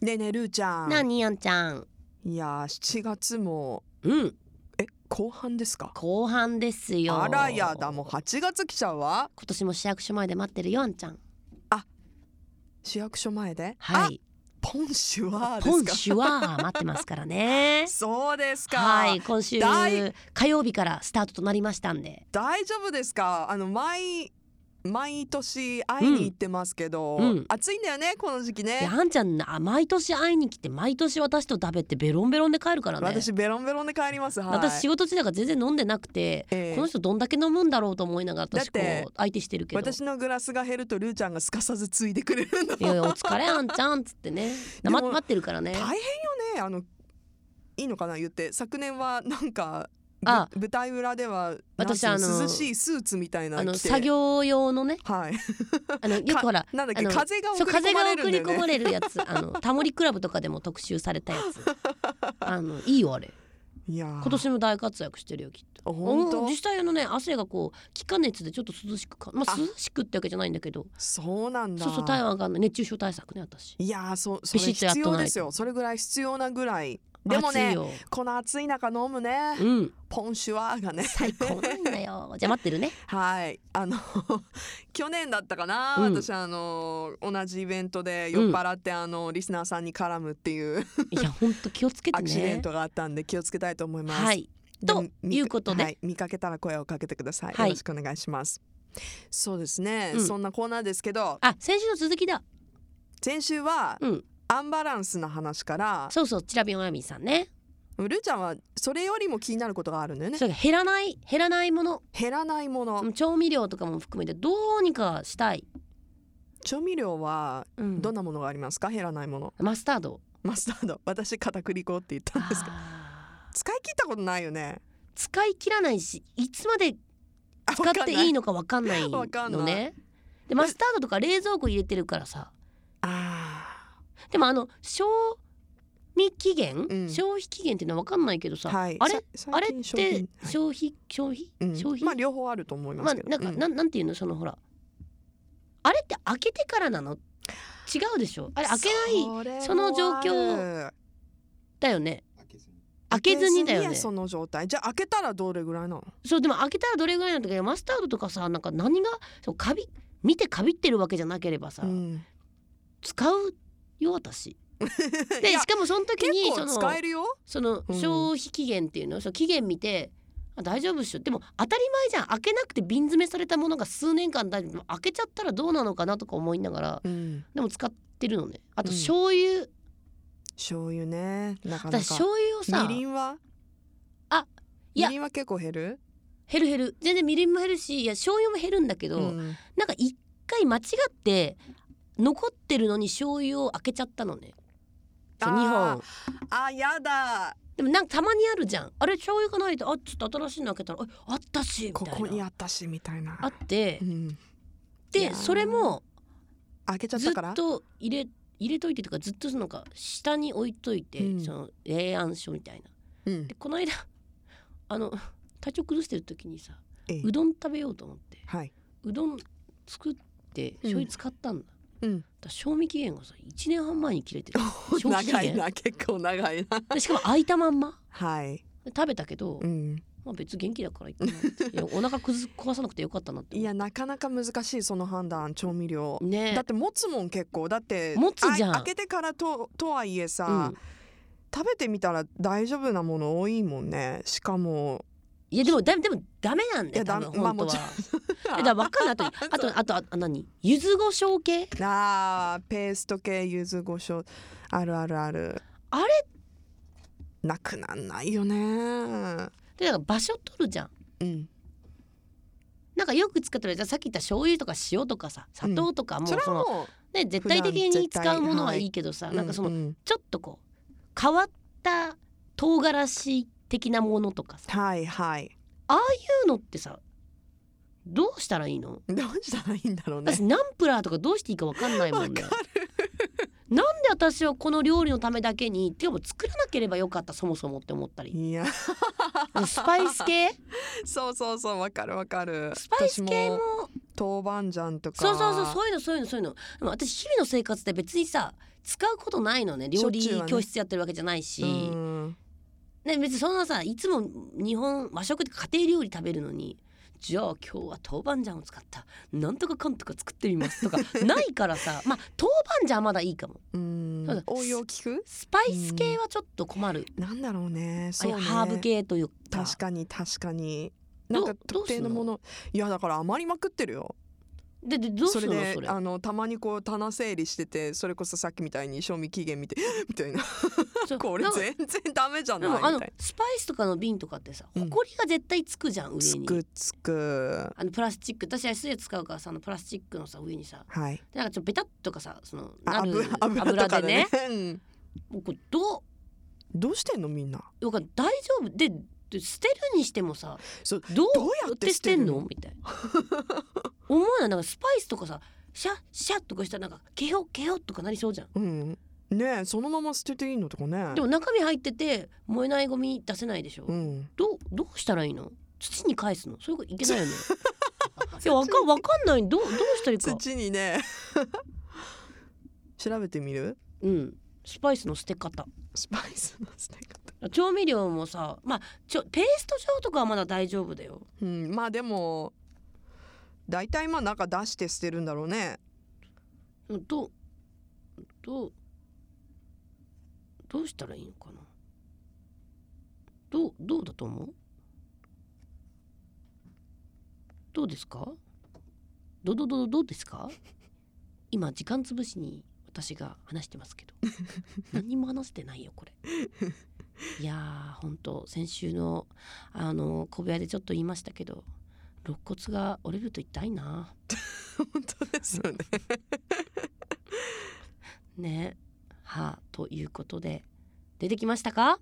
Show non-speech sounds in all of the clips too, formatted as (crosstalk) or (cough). ねえねえるーちゃんなあにやんちゃんいやー7月もうんえ後半ですか後半ですよあらやだもう8月来ちゃうわ今年も市役所前で待ってるよあんちゃん市役所前ではあいポンシュワーですか今週は待ってますからね (laughs) そうですか、はい今週大火曜日からスタートとなりましたんで大丈夫ですかあの毎毎年会いに行ってますけど、うんうん暑いんだよねこの時期でねあんちゃんな毎年会いに来て毎年私と食べってベロンベロンで帰るからね私ベロンベロンで帰りますはい私仕事中だから全然飲んでなくて、ええこの人どんだけ飲むんだろうと思いながら私こだってう相手してるけど私のグラスが減るとルーちゃんがすかさずついでくれるんだいやいやお疲れあんちゃんっつってね (laughs) でまも待ってるからね大変よねあのいいのかな言って昨年はなんかぶあ舞台裏では私なんつうあの涼しいスーツみたいなあの着て作業用のねはい (laughs) あのよくかほらなんだっあけの風が送そうり込風まがれる送んだりよ込まねれるやつあ (laughs) のタモリクラブとかでも特集されたやつあのいいよあれいや今年も大活躍してるよきっと本うん当実際あのね汗がこう気化熱でちょっと涼しくかまああ涼しくってわけじゃないんだけどそうなんだそうそう体温上がんない熱中症対策ね私いやーそそれビシッとやっ必とな要いとですよそれぐらい必要なぐらいでも暑いねよこの暑い中飲むね、うんポンシュワーがね (laughs) 最高なんだよじゃあ待ってるねはいあの (laughs) 去年だったかな、うん私あの同じイベントで酔っ払って、あのリスナーさんに絡むっていういやほんと気をつけてアクシデンねトがあったんで気をつけたいと思います。はいでとみいうことではい見かけたら声をかけてください。はいよろしくお願いします。そうですね、うんそんなコーナーですけどあ先週の続きだ先週はうんアンバランスな話から、そうそうチラビオンアミンさんねルーちゃんはそれよりも気になることがあるんだよねそれが減らない減らないもの減らないもの、うん調味料とかも含めてどうにかしたい、調味料はうんどんなものがありますか減らないものマスタードマスタード (laughs) 私片栗粉って言ったんですけどあー使い切ったことないよね使い切らないしいつまであ (laughs) 使っていいわのかわかんないわかんないのねでマスタードとか冷蔵庫入れてるからさかんないあでもあの賞味期限、うん消費期限っていうのはわかんないけどーさ、はいあれさあれ最っ近商品て消費消費、うん消費まあ両方あると思いままあすけど、なんか、うんなんなんていうのそのほらあれって開けてからなの違うでしょあれ開けないいその状況だよね開けずにだよねその状態じゃあ開けたらどれぐらいなのそうでも開けたらどれぐらいなのかマスタードとかさなんか何がそうカビ見てカビってるわけじゃなければさ、うん、使うよ私 (laughs) でいやしかもその時結にそ構の使えるよそのうん消費期限っていうの、その期限見てあ大丈夫っしょでも当たり前じゃん開けなくて瓶詰めされたものが数年間大丈夫開けちゃったらどうなのかなとか思いながらうん、でも使ってるのねあとうん醤油、醤油ねなかな私か醤油をさみりんはあいやみりんは結構減る減る減る全然みりんも減るしいや醤油も減るんだけど、うんなんか一回間違って残ってるのに醤油を開けちゃったのねあそうー2本あやだでもなんかたまにあるじゃんあれ醤油がないとあちょっと新しいの開けたらああったしみたこいなこにあったしみたいなあってうん、いやでーそれも開けちゃっずたっからと入れ入れといてとかずっとそのなんか下に置いといて、うんその冷暗所みたいなうんでこの間あの体調崩してる時にさええうどん食べようと思ってはいうどん作って醤油使ったんだ,、うん賞味期限がさ1年半前に切れてる消費期 (laughs) 長い限な結構長いなでしかも空いたまんまはい、で食べたけど、うん、まあ、別に元気だからいいか (laughs) なっていやお腹くず壊さなくてよかったなってい思うやなかなか難しいその判断調味料だねって持つもん結構だって持つじゃんあ開けてからととはいえさ、うん、食べてみたら大丈夫なもの多いもんねしかもいやでもだでもダメなんだよいや多ダ分メまあ本当は、もち (laughs) えだから (laughs) 分かんないあとあとあとあとあ何柚子胡椒系あーペースト系柚子胡椒あるあるあるあれなくなんないよねでだから場所取るじゃんうんなんかよく使ってるじゃあさっき言った醤油とか塩とかさ砂糖とかもうそれそはの、もね絶対的に使うものはいいけどさ、うなんかそのううんちょっとこう変わった唐辛子的なものとかさそはいはいういうのってさどうしたらいいのどうしたらいいんだろうね私ナンプラーとかどうしていいかわかんないもんねわ。なんで私はこの料理のためだけにてかもう作らなければよかったそもそもって思ったりいやスパイス系 (laughs) そうそうそうわかるわかるスパイス系も私豆板醤とかそうそうそうそういうのそういうのそういうのでも私日々の生活で別にさ使うことないのね料理しょっちゅうはね教室やってるわけじゃないし、うんね、別にそんなさいつも日本和食って家庭料理食べるのにじゃあ今日は豆板醤を使ったなんとかかんとか作ってみます (laughs) とかないからさまあ豆板醤はまだいいかもうんそうだ応用聞くスパイス系はちょっと困る、なんだろうねそうねああいうハーブ系というか確かに確かになんかど特定のどうすもんのいやだから余りまくってるよででどうそするれのそでれあのたまにこう棚整理しててそれこそさっきみたいに賞味期限 (laughs) 見てみたいなそうこれなんか全然ダメじゃでないみもあのたいスパイスとかの瓶とかってさうんほこりが絶対つくじゃん、な上つにくつくあのプラスチック私 S で使うからさあのプラスチックのさ上にさはいでなんかちょっとベタっとかさそのあなる油油とかでねうんもうこれどうどうしてんのみんなよかん大丈夫でで捨てるにしてもさそうどうどうややっってて捨捨ててんるののみたいな思わないなんか (laughs) スパイスとかさシャッシャッとかしたらなんかケヨケヨとかなりそうじゃんうんねえそのまま捨てていいのとかねでも中身入ってて燃えないゴミ出せないでしょ、うんどうどうしたらいいの土に返すのそれがいけ (laughs) ないよねいやわかんわかんないどうどうしたらいいか土にね (laughs) 調べてみるうんスパイスの捨て方スパイスの捨て方調味料もさまあちょペースト状とかはまだ大丈夫だようんまあでも大体まあなんか出して捨てるんだろうね (laughs) どうどうどうしたらいいのかなどうどうだと思うどうですかどどどどどうですか (laughs) 今時間つぶしに私が話してますけど何にも話してないよこれいやーほんと先週のあの小部屋でちょっと言いましたけど肋骨が折れると痛いな本当です (laughs) よねねはあということで出てきましたか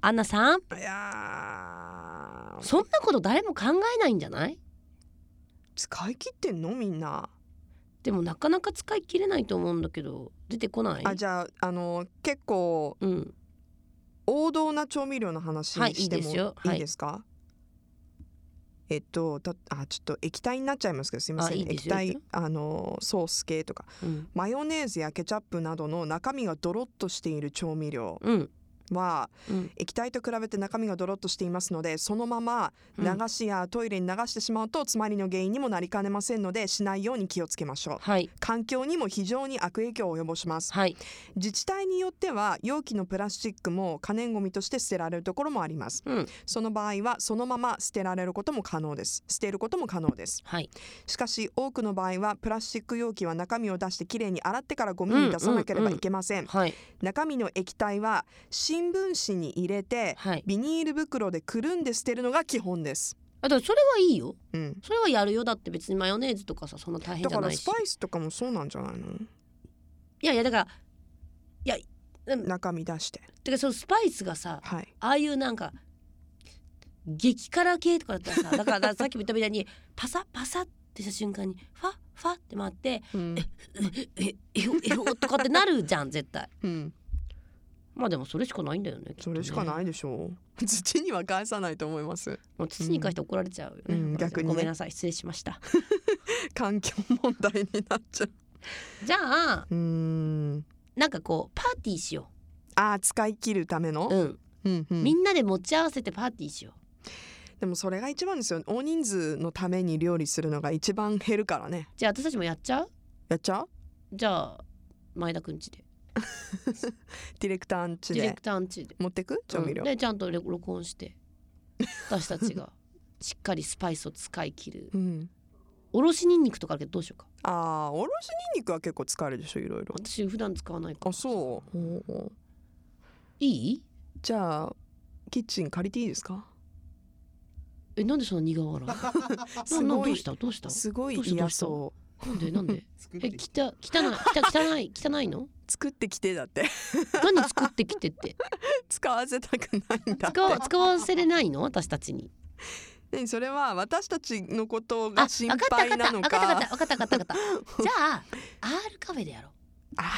アンナさんいやーそんなこと誰も考えないんじゃない使い切ってんのみんなでもなかなか使い切れないと思うんだけど出てこないあじゃああの結構うん王道な調味料の話はいしていいもですよはいいいですか、えっとたあちょっと液体になっちゃいますけどすいませんあいいです液よ体あのソース系とかうん、マヨネーズやケチャップなどの中身がドロッとしている調味料うんはうん液体と比べて中身がドロッとしていますのでそのまま流しやトイレに流してしまうと詰まりの原因にもなりかねませんのでしないように気をつけましょうはい環境にも非常に悪影響を及ぼしますはい自治体によっては容器のプラスチックも可燃ごみとして捨てられるところもありますうんその場合はそのまま捨てられることも可能です捨てることも可能ですはいしかし多くの場合はプラスチック容器は中身を出してきれいに洗ってからゴミに出さなければいけません、はい中身の液体は新聞紙に入れてはいビニール袋でくるんで捨てるのが基本です、あだからそれはいいようん、それはやるよだって別にマヨネーズとかさそんな大変だじゃかならいスしパイスとかもそうなんじゃないのいやいやだから中身出しててかそのスパイスがさはいああいうなんか激辛系とかだったらさだからだからさっきも言ったみたいにパサパサってした瞬間にファファって回ってうん、ええほえほとかってなるじゃん絶対うん、まあでもそれしかないんだよねそれしかいないでしょう土には返さないと思い (laughs) ますもう土に関して怒られちゃうよね、うんまあ逆にねごめんなさい失礼しました環境問題になっちゃうじゃあうーんなんかこうパーティーしよあー使い切るためのう、うん、うんうんみんなで持ち合わせてパーティーしようでもそれが一番ですよ大人数のために料理するのが一番減るからねじゃあ私たちもやっちゃうやっちゃうじゃあ前田くんちでディレクターんちディレでクターんちで持ってく調味料、うんでちゃんと録録 (laughs) 音して私たちがしっかりスパイスを使い切るうん、おろしにんにくとかあるけどどうしようかあーおろしにんにくは結構使えるでしょいろいろ私普段使わないからあそうおうおういいじゃあキッチン借りていいですかえなんでそんな苦 (laughs) 笑いなすなどごういしたどうしたすごいどうしたどう嫌したそなんでな (laughs) んで作っえてききた汚いきた汚い汚いのう作ってきてだって (laughs) 何作ってきてって使わせたくないんだって使わ使わせれないの私たちに何それは私たちのことあがわ心かったわ配かったなわのかったかわかったわかったわかったわか (laughs) ったじゃあ R カフェでやろうあ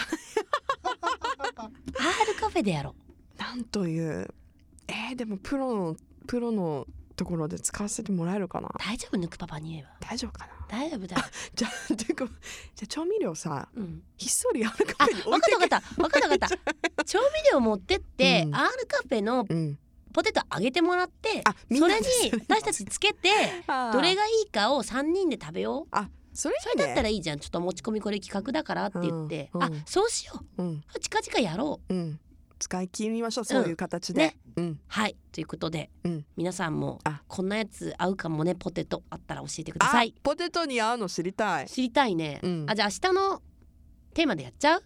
R カフェでやろうなんというえー、でもプロのプロのところで使わせてもらえるかな大丈夫ぬくパパに言えば大丈夫かな大丈夫だよ、じゃあ (laughs) ていうかじゃあ調味料さうん、ひっそりあるかあ分にか置いてけった分かった分かった分かった調味料持ってって、うん R カフェのうんポテトあげてもらってあみんそなれでに私たちつけてあーどれがいいかを3人で食べようそれそれだったらいいじゃんちょっと持ち込みこれ企画だからって言って、うんうんあそうしよらうんう近々やろううん使い切りましょうそういう形でねうんはいということで、うん皆さんもあこんなやつ合うかもねポテトあったら教えてくだあさいポテトに合うの知りたい知りたいね、うんあじゃあ明日のテーマでやっちゃう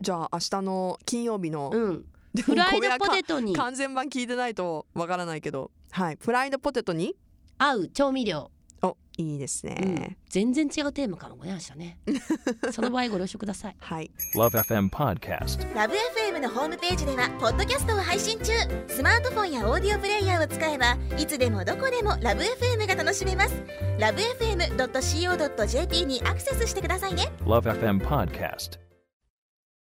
じゃあ明日の金曜日のうんでもフライこれドはポテトにか完全版聞いてないとわからないけどはいフライドポテトに合う調味料、おいいですね、うん、全然違うテーマかもね明日 (laughs) ねその場合ご了承くださいはい Love FM Podcast. ラブ f m のホームページではポッドキャストを配信中スマートフォンやオーディオプレイヤーを使えばいつでもどこでもラブ f m が楽しめますラブ FM.co.jp にアクセスしてくださいね Love FM Podcast.